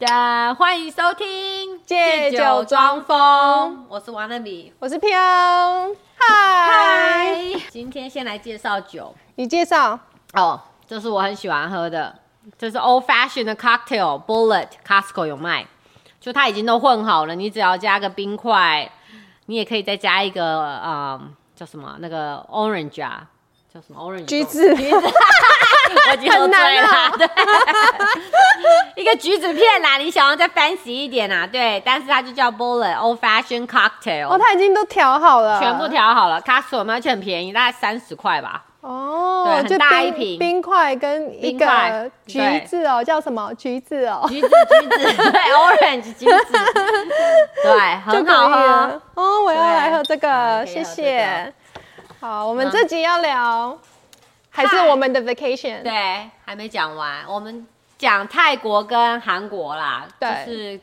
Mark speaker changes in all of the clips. Speaker 1: 大欢迎收听《
Speaker 2: 借酒装疯》，
Speaker 1: 我是王乐米。
Speaker 2: 我是飘，嗨，，
Speaker 1: 今天先来介绍酒
Speaker 2: 你介绍
Speaker 1: 哦，这是我很喜欢喝的，这是 Old Fashioned 的 Cocktail Bullet Costco 有卖，就它已经都混好了，你只要加个冰块，你也可以再加一个嗯叫什么那个 Orange 啊，叫什么 Orange
Speaker 2: 橘子，
Speaker 1: 我已经喝醉
Speaker 2: 很难
Speaker 1: 啦
Speaker 2: 啊，
Speaker 1: 对，一个橘子片啦，你想要再 fancy 一点啊，对，但是它就叫 Bullet Old Fashion Cocktail，、
Speaker 2: 哦，它已经都调好了，
Speaker 1: 全部调好了，Costco 卖而且很便宜，大概三十块吧，对
Speaker 2: 哦
Speaker 1: 很，
Speaker 2: 就
Speaker 1: 大一
Speaker 2: 冰
Speaker 1: 瓶
Speaker 2: 冰块跟一
Speaker 1: 冰块
Speaker 2: 个
Speaker 1: 对
Speaker 2: 橘子哦，叫什么橘子哦，
Speaker 1: 橘子橘子， 对，orange 橘子，对，
Speaker 2: 就
Speaker 1: 很
Speaker 2: 可以
Speaker 1: 好
Speaker 2: 了
Speaker 1: 喝。。
Speaker 2: 哦，我要
Speaker 1: 对
Speaker 2: 来喝这
Speaker 1: 嗯
Speaker 2: 个，
Speaker 1: 可以喝这
Speaker 2: 谢谢。好，我们
Speaker 1: 嗯
Speaker 2: 这集要聊，还是
Speaker 1: 嗨
Speaker 2: 我们的 vacation？
Speaker 1: 对，还没讲完，我们讲泰国跟韩国啦，就
Speaker 2: 对
Speaker 1: 是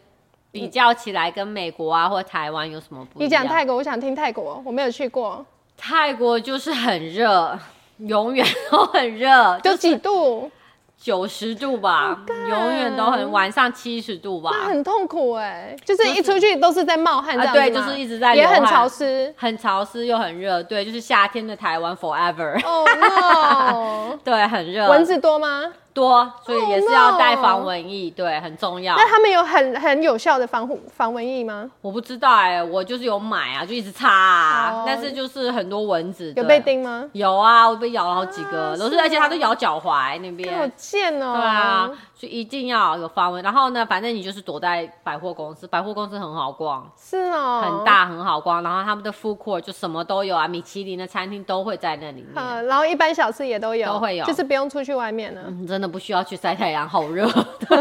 Speaker 1: 比较起来跟美国啊或台湾有什么不一样？
Speaker 2: 你讲泰国，我想听泰国，我没有去过，
Speaker 1: 泰国就是很热，永远都很热，
Speaker 2: 就
Speaker 1: 就
Speaker 2: 几度，
Speaker 1: 九十度吧，永远都很晚上七十度吧，
Speaker 2: 那很痛苦哎，就是一出去都是在冒汗这
Speaker 1: 啊
Speaker 2: 样子吗，
Speaker 1: 对就是一直在
Speaker 2: 也
Speaker 1: 流
Speaker 2: 很
Speaker 1: 汗
Speaker 2: 潮湿。
Speaker 1: 很潮湿又很热，对，就是夏天的台湾 forever，、
Speaker 2: 哦 no！
Speaker 1: 对，很热，
Speaker 2: 蚊子多吗？
Speaker 1: 多，所以也是要
Speaker 2: no
Speaker 1: 带防蚊液，对，很重要。
Speaker 2: 那他们有很很有效的防护防蚊液吗？
Speaker 1: 我不知道哎、我就是有买啊，就一直擦啊，
Speaker 2: 哦
Speaker 1: 但是就是很多蚊子，
Speaker 2: 有
Speaker 1: 对
Speaker 2: 被？叮吗？
Speaker 1: 有啊，我被咬了好几个，
Speaker 2: 啊
Speaker 1: 都是，
Speaker 2: 是
Speaker 1: 而且它都
Speaker 2: 吗
Speaker 1: 咬脚踝那边，
Speaker 2: 好贱哦！
Speaker 1: 对啊，，所以一定要有防蚊。然后呢，反正你就是躲在百货公司，百货公司很好逛，
Speaker 2: 是哦，
Speaker 1: 很。大很好逛。然后他们的 food court 就什么都有啊，米其林的餐厅都会在那里面。
Speaker 2: 呃，然后一般小吃也都有，
Speaker 1: 都会有
Speaker 2: 就是不用出去外面了。
Speaker 1: 嗯，真的不需要去晒太阳，好 热。对，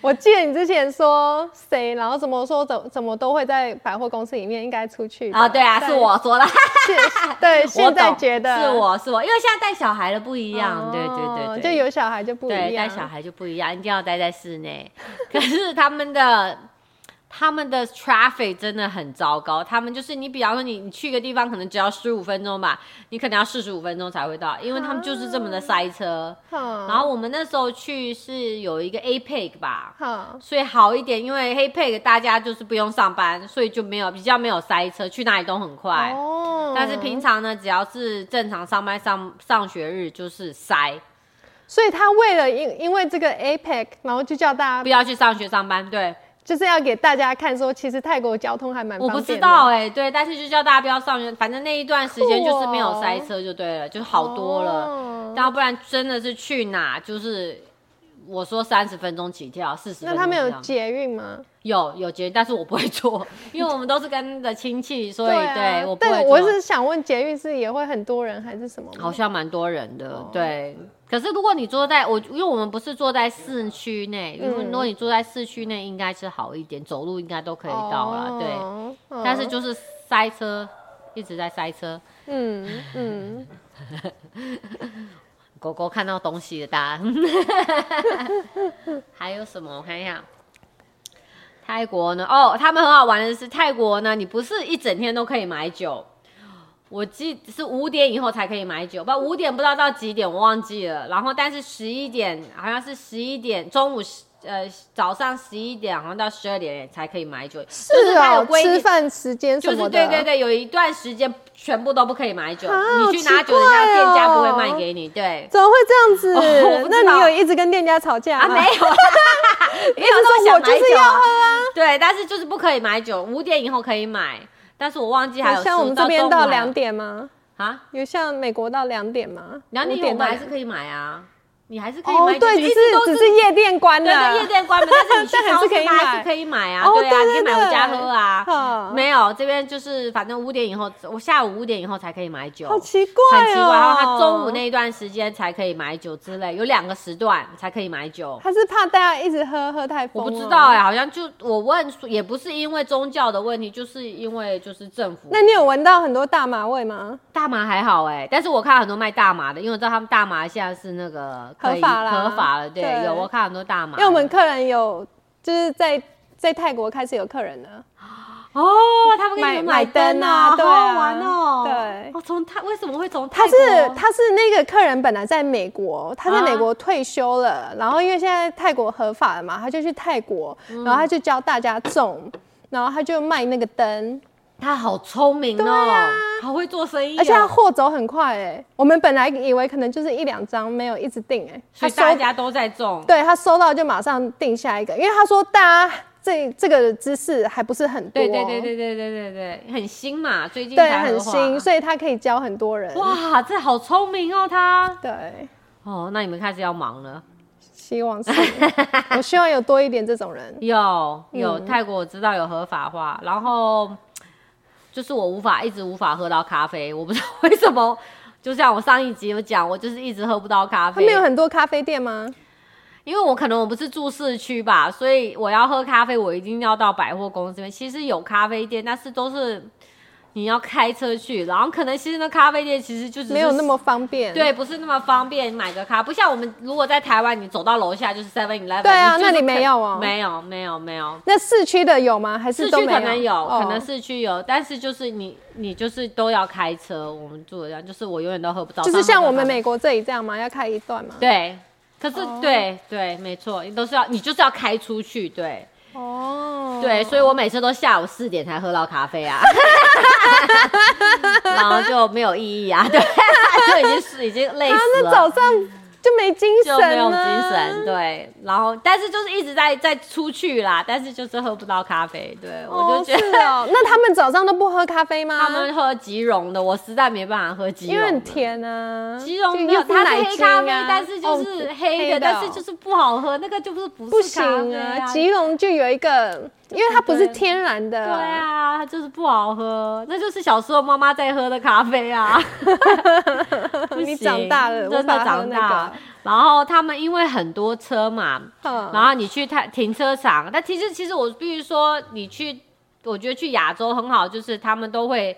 Speaker 2: 我记得你之前说谁，然后怎么说怎怎么都会在百货公司里面应该出去吧
Speaker 1: 啊，对啊，是 我说的，
Speaker 2: 现对
Speaker 1: 我
Speaker 2: 现在
Speaker 1: 懂
Speaker 2: 觉得
Speaker 1: 是我是我，因为现在带小孩的不一样，对对
Speaker 2: 哦
Speaker 1: 对对，
Speaker 2: 就有小孩就不一样，
Speaker 1: 对带小孩就不一样，一定要待在室内。 可是他们的他们的 traffic 真的很糟糕，他们就是你比方说你你去一个地方可能只要十五分钟吧，你可能要四十五分钟才会到，因为他们就是这么的塞车。
Speaker 2: 哼，
Speaker 1: 然后我们那时候去是有一个 APEC 吧。
Speaker 2: 哼，
Speaker 1: 所以好一点，因为 APEC 大家就是不用上班，所以就没有比较没有塞车，去哪里都很快。
Speaker 2: 哦
Speaker 1: 但是平常呢，只要是正常上班上上学日就是塞，
Speaker 2: 所以他为了因因为这个 APEC，然后就叫大
Speaker 1: 不
Speaker 2: 家，
Speaker 1: 要去上学上班。对，
Speaker 2: 就是要给大家看说，其实泰国交通还蛮
Speaker 1: 我
Speaker 2: 方
Speaker 1: 不
Speaker 2: 便的
Speaker 1: 知道哎、对，但是就叫大家不要上学，反正那一段时间就是没有塞车就对了，就是好多了。
Speaker 2: 哦
Speaker 1: 要不然真的是去哪就是。我说三十分钟起跳，四十。
Speaker 2: 那他们有捷运吗？
Speaker 1: 有有捷运，但是我不会坐，因为我们都是跟着亲戚，所以对,、
Speaker 2: 啊
Speaker 1: 我不会
Speaker 2: 但
Speaker 1: 坐。
Speaker 2: 我是想问，捷运是也会很多人还是什么吗？
Speaker 1: 好像蛮多人的，对。可是如果你坐在我，因为我们不是坐在市区内，因为
Speaker 2: 嗯
Speaker 1: 如果你坐在市区内，应该是好一点，走路应该都可以到啦。对。
Speaker 2: 哦嗯
Speaker 1: 但是就是塞车，一直在塞车。
Speaker 2: 嗯嗯，
Speaker 1: 狗狗看到东西了，大 家。还有什么？我看一下。泰国呢？哦，他们很好玩的是，泰国呢，你不是一整天都可以买酒，我记是五点以后才可以买酒，不五点不知道到几点，我忘记了。然后但是十一点好像是十一点，中午十呃早上十一点好像到十二点才可以买酒， 就是它有
Speaker 2: 哦，
Speaker 1: 规
Speaker 2: 吃
Speaker 1: 定。
Speaker 2: 饭时间什
Speaker 1: 就
Speaker 2: 么
Speaker 1: 是
Speaker 2: 的，
Speaker 1: 对对对，有一段时间全部都不可以买酒，
Speaker 2: 啊
Speaker 1: 你去拿酒，
Speaker 2: 好
Speaker 1: 人家
Speaker 2: 奇怪
Speaker 1: 店家不会
Speaker 2: 哦
Speaker 1: 卖给你。对，
Speaker 2: 怎么会这样子？
Speaker 1: 哦 我不知
Speaker 2: 那
Speaker 1: 道
Speaker 2: 你有一直跟店家吵架
Speaker 1: 啊，
Speaker 2: 吗
Speaker 1: 没有 啦，没有那么
Speaker 2: 说
Speaker 1: 想
Speaker 2: 我
Speaker 1: 买
Speaker 2: 就是
Speaker 1: 酒
Speaker 2: 要
Speaker 1: 啊
Speaker 2: 喝。啊，
Speaker 1: 对，但是就是不可以买酒，五点以后可以买，但是我忘记还有
Speaker 2: 有像我们这边
Speaker 1: 到中
Speaker 2: 到
Speaker 1: 午还有
Speaker 2: 两点吗？
Speaker 1: 啊，
Speaker 2: 有像美国到两点吗？
Speaker 1: 两点以
Speaker 2: 五
Speaker 1: 后我
Speaker 2: 到
Speaker 1: 们还
Speaker 2: 两
Speaker 1: 是可以买啊，你还是可以
Speaker 2: 哦
Speaker 1: 买，酒，
Speaker 2: 对，
Speaker 1: 就
Speaker 2: 只
Speaker 1: 一直
Speaker 2: 是
Speaker 1: 都
Speaker 2: 只是夜店关
Speaker 1: 对对，夜
Speaker 2: 了。
Speaker 1: 店关门，但是你去
Speaker 2: 但还
Speaker 1: 超
Speaker 2: 是可
Speaker 1: 市
Speaker 2: 以
Speaker 1: 它还是
Speaker 2: 买
Speaker 1: 可以买啊，
Speaker 2: 哦
Speaker 1: 对啊，
Speaker 2: 对
Speaker 1: 你可以
Speaker 2: 对
Speaker 1: 买回家
Speaker 2: 对
Speaker 1: 喝啊。
Speaker 2: 哈，
Speaker 1: 没有，这边就是反正五点以后，我下午五点以后才可以买酒，
Speaker 2: 好
Speaker 1: 很
Speaker 2: 奇怪哦。
Speaker 1: 奇怪。然后他中午那一段时间才可以买酒之类，有两个时段才可以买酒。
Speaker 2: 他是怕大家一直喝喝太疯。
Speaker 1: 我不知道哎、。好像就我问说，也不是因为宗教的问题，就是因为就是政府。
Speaker 2: 那你有闻到很多大麻味吗？
Speaker 1: 大麻还好哎、但是我看很多卖大麻的，因为我知道他们大麻现在是那个可以
Speaker 2: 合法啦
Speaker 1: 合法了。对，
Speaker 2: 对
Speaker 1: 有我看很多大麻的，
Speaker 2: 因为我们客人有就是在在泰国开始有客人了，
Speaker 1: 哦，他们给你
Speaker 2: 买
Speaker 1: 们
Speaker 2: 买
Speaker 1: 灯
Speaker 2: 灯啊
Speaker 1: 好
Speaker 2: 对
Speaker 1: 好
Speaker 2: 啊
Speaker 1: 玩哦。
Speaker 2: 对
Speaker 1: 哦，从泰为什么会从泰
Speaker 2: 他
Speaker 1: 国？
Speaker 2: 是他是那个客人本来在美国，他在美国退休了，然后因为现在泰国合法了嘛，他就去泰国，
Speaker 1: 嗯
Speaker 2: 然后他就教大家种，然后他就卖那个灯，
Speaker 1: 他好聪明
Speaker 2: 对
Speaker 1: 哦
Speaker 2: 啊，
Speaker 1: 好会做生意哦，
Speaker 2: 而且他货走很快哎、我们本来以为可能就是一两张，没有一直订哎、
Speaker 1: 所
Speaker 2: 他
Speaker 1: 以大
Speaker 2: 收
Speaker 1: 家都在种。
Speaker 2: 对他收到就马上订下一个，因为他说大家这这个知识还不是很多，
Speaker 1: 对对对对对对对对，很新嘛，最近
Speaker 2: 对
Speaker 1: 才
Speaker 2: 很
Speaker 1: 合法
Speaker 2: 新，所以他可以教很多人。
Speaker 1: 哇，这好聪明哦，他
Speaker 2: 对，
Speaker 1: 哦，那你们开始要忙了。
Speaker 2: 希望 是，我希望有多一点这种人。
Speaker 1: 有有、
Speaker 2: 嗯
Speaker 1: 泰国我知道有合法化，然后就是我无法一直无法喝到咖啡，我不知道为什么。就像我上一集有讲，我就是一直喝不到咖
Speaker 2: 他
Speaker 1: 啡
Speaker 2: 们，有很多咖啡店吗？
Speaker 1: 因为我可能我不是住市区吧，所以我要喝咖啡，我一定要到百货公司这边。其实有咖啡店，但是都是你要开车去，然后可能其实那咖啡店其实就只是
Speaker 2: 没有那么方便。
Speaker 1: 对，不是那么方便买个咖，不像我们如果在台湾，你走到楼下就是 Seven Eleven，
Speaker 2: 对啊
Speaker 1: 就是
Speaker 2: 那里
Speaker 1: 可
Speaker 2: 没有哦
Speaker 1: 没有没有没有，
Speaker 2: 那市区的有吗？还是
Speaker 1: 市
Speaker 2: 都
Speaker 1: 区
Speaker 2: 没
Speaker 1: 可能有，
Speaker 2: 哦
Speaker 1: 可能市区有，但是就是你你就是都要开车，我们住的这样，就是我永远都喝不到，
Speaker 2: 就是像我们
Speaker 1: 每
Speaker 2: 美国这里这样吗？要开一段吗？
Speaker 1: 对，可是、
Speaker 2: 哦
Speaker 1: 对对，没错，你都是要你就是要开出去，对、
Speaker 2: 哦，
Speaker 1: 对，所以我每次都下午四点才喝到咖 啡啊，然后就没有意义啊，对， 就已经是已经累
Speaker 2: 啊，
Speaker 1: 死了。
Speaker 2: 那早上就没精神
Speaker 1: 就
Speaker 2: 了，
Speaker 1: 没有精
Speaker 2: 啊
Speaker 1: 神，对，然后但是就是一直在在出去啦，但是就是喝不到咖啡，对、我
Speaker 2: 哦
Speaker 1: 就觉得
Speaker 2: 是哦，那他们早上都不喝咖啡吗？
Speaker 1: 他们喝吉溶的，我实在没办法喝吉
Speaker 2: 因
Speaker 1: 溶
Speaker 2: 为
Speaker 1: 的，
Speaker 2: 很甜啊，
Speaker 1: 吉溶
Speaker 2: 就
Speaker 1: 没有，
Speaker 2: 又是
Speaker 1: 它
Speaker 2: 奶
Speaker 1: 是黑咖啡，
Speaker 2: 精啊
Speaker 1: 但是就
Speaker 2: 哦
Speaker 1: 是黑
Speaker 2: 黑
Speaker 1: 的，
Speaker 2: 哦
Speaker 1: 但是就是不好喝，那个就是不
Speaker 2: 不
Speaker 1: 是咖啡
Speaker 2: 行
Speaker 1: 啊
Speaker 2: 啊。吉隆就有一个，因为它不是天然的，
Speaker 1: 对，啊，它就是不好喝，那就是小时候妈妈在喝的咖啡 啊。不
Speaker 2: 你
Speaker 1: 行
Speaker 2: 长大了，无
Speaker 1: 真的
Speaker 2: 法喝
Speaker 1: 长大
Speaker 2: 那。
Speaker 1: 然后他们因为很多车嘛，
Speaker 2: 个，嗯，
Speaker 1: 然后你去它停车场，但其实其实我必须说，你去，我觉得去亚洲很好，就是他们都会，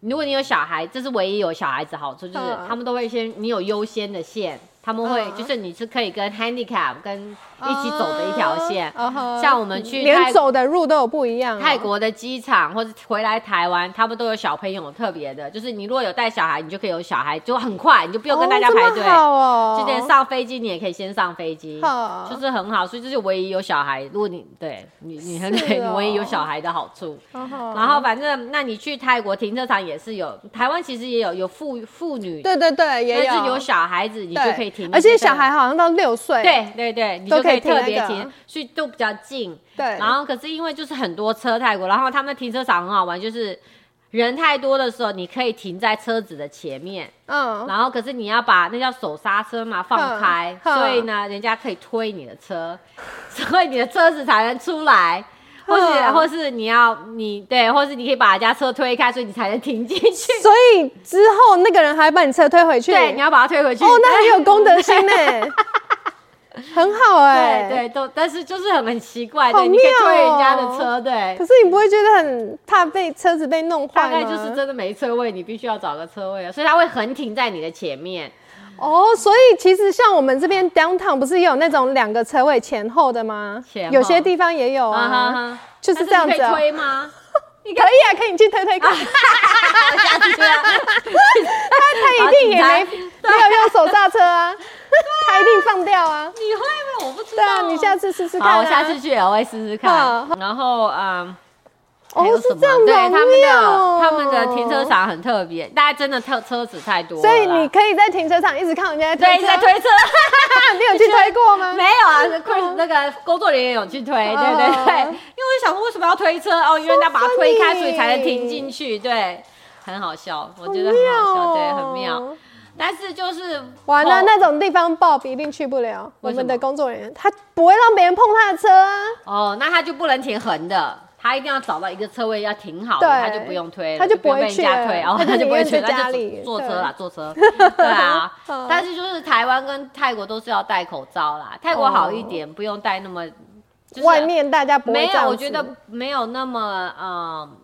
Speaker 1: 如果你有小孩，这是唯一有小孩子好处，就是
Speaker 2: 嗯
Speaker 1: 他们都会先，你有优先的线，他们会、
Speaker 2: 嗯
Speaker 1: 就是你是可以跟 handicap 跟一起走的一条线。
Speaker 2: 嗯哼
Speaker 1: 像我们去泰
Speaker 2: 连走的路都有不一样哦，
Speaker 1: 泰国的机场或者回来台湾，他们都有小朋友特别的，就是你如果有带小孩，你就可以有小孩，就很快，你就不用跟大家排队。
Speaker 2: 哦这么好哦，
Speaker 1: 就连上飞机你也可以先上飞机，
Speaker 2: 好
Speaker 1: 就是很好，所以就是唯一有小孩，如果你对你你很
Speaker 2: 是
Speaker 1: 对，
Speaker 2: 哦
Speaker 1: 你 唯一有小孩的好处。
Speaker 2: 嗯哼
Speaker 1: 然后反正那你去泰国停车场也是有，台湾其实也有有妇妇女，
Speaker 2: 对对对，也
Speaker 1: 但
Speaker 2: 有
Speaker 1: 是有小孩子你
Speaker 2: 你
Speaker 1: 就可以停，
Speaker 2: 而且
Speaker 1: 你就可以
Speaker 2: 小孩好像到六岁，
Speaker 1: 对对对，你
Speaker 2: 都
Speaker 1: 就
Speaker 2: 可
Speaker 1: 可
Speaker 2: 以
Speaker 1: 以特
Speaker 2: 停
Speaker 1: 别
Speaker 2: 那个
Speaker 1: 停，所以都比较近。
Speaker 2: 对，
Speaker 1: 然后可是因为就是很多车泰国，然后他们停车场很好玩，就是人太多的时候，你可以停在车子的前面。
Speaker 2: 嗯，
Speaker 1: 然后可是你要把那叫手刹车嘛放开，
Speaker 2: 哼哼
Speaker 1: 所以呢，人家可以推你的 车，所以你的车子才能出来。或是
Speaker 2: 哼
Speaker 1: 或是你要你对，或是你可以把人家车推开，所以你才能停进去。
Speaker 2: 所以之后那个人还把你车推回去，
Speaker 1: 对，你要把它推回去。
Speaker 2: 哦，那很有公德心呢，很好哎，
Speaker 1: 对对都，但是就是很很奇怪，
Speaker 2: 好
Speaker 1: 对，你可以
Speaker 2: 妙
Speaker 1: 推人家的
Speaker 2: 哦
Speaker 1: 车，对
Speaker 2: 可。是你不会觉得很怕被车子被弄坏
Speaker 1: 大
Speaker 2: 吗？
Speaker 1: 概就是真的没车位，你必须要找个车位啊，所以它会横停在你的前面。
Speaker 2: 哦，所以其实像我们这边 downtown 不是也有那种两个车位前后的吗
Speaker 1: 前？后
Speaker 2: 有些地方也有
Speaker 1: 啊哈
Speaker 2: 啊，
Speaker 1: 哈，
Speaker 2: 就是
Speaker 1: 但
Speaker 2: 这样
Speaker 1: 你
Speaker 2: 子
Speaker 1: 可以
Speaker 2: 啊
Speaker 1: 推 吗？
Speaker 2: 可以啊，可以你去推 推看，
Speaker 1: 下次对啊，
Speaker 2: 他一定也
Speaker 1: 好
Speaker 2: 没
Speaker 1: 紧张
Speaker 2: 没有用手刹车 啊，他一定放掉啊。
Speaker 1: 你会吗？我不知
Speaker 2: 对
Speaker 1: 道。
Speaker 2: 啊，你下次试 试看、啊。
Speaker 1: 好，我下次去也会试试看
Speaker 2: 好。
Speaker 1: 然后嗯。还有
Speaker 2: 哦
Speaker 1: 什么
Speaker 2: 是这样子，
Speaker 1: 对
Speaker 2: 好
Speaker 1: 他们的
Speaker 2: 妙哦
Speaker 1: 他们的停车。场很特别，大家真的特车子太多了
Speaker 2: 所
Speaker 1: 啦，
Speaker 2: 以你可以在停车场一直看人家
Speaker 1: 对
Speaker 2: 在
Speaker 1: 一直在推 车，
Speaker 2: 你有去推过吗？
Speaker 1: 没有啊，Chris
Speaker 2: 嗯
Speaker 1: 那个工作人员有去推，对对对，因为我就想说为什么要推车哦，因为他把它推开，
Speaker 2: funny
Speaker 1: 所以才能停进去，对，很好笑，我觉得很
Speaker 2: 好
Speaker 1: 好
Speaker 2: 妙
Speaker 1: 笑，
Speaker 2: 哦
Speaker 1: 对，很妙，。但是就是
Speaker 2: 完了，
Speaker 1: 后
Speaker 2: 那种地方 Bob 一定去不了。我
Speaker 1: 为什么
Speaker 2: 们的工作人员他不会让别人碰他的车啊，
Speaker 1: 哦，那他就不能停横的，他一定要找到一个车位要停好的，
Speaker 2: 对
Speaker 1: 他就不用推了，
Speaker 2: 他就
Speaker 1: 不用
Speaker 2: 不
Speaker 1: 被
Speaker 2: 会
Speaker 1: 人家
Speaker 2: 去
Speaker 1: 推，
Speaker 2: 了
Speaker 1: 哦，
Speaker 2: 他就
Speaker 1: 他就不会
Speaker 2: 宁愿
Speaker 1: 去，
Speaker 2: 在
Speaker 1: 他
Speaker 2: 家
Speaker 1: 就
Speaker 2: 里
Speaker 1: 坐
Speaker 2: 对
Speaker 1: 车啦，坐车，对啊
Speaker 2: 嗯。
Speaker 1: 但是就是台湾跟泰国都是要戴口罩啦，泰国好一点，不用戴那么，就是啊
Speaker 2: 外面大家不会
Speaker 1: 没
Speaker 2: 这样
Speaker 1: 有，
Speaker 2: 子
Speaker 1: 我觉得没有那么嗯。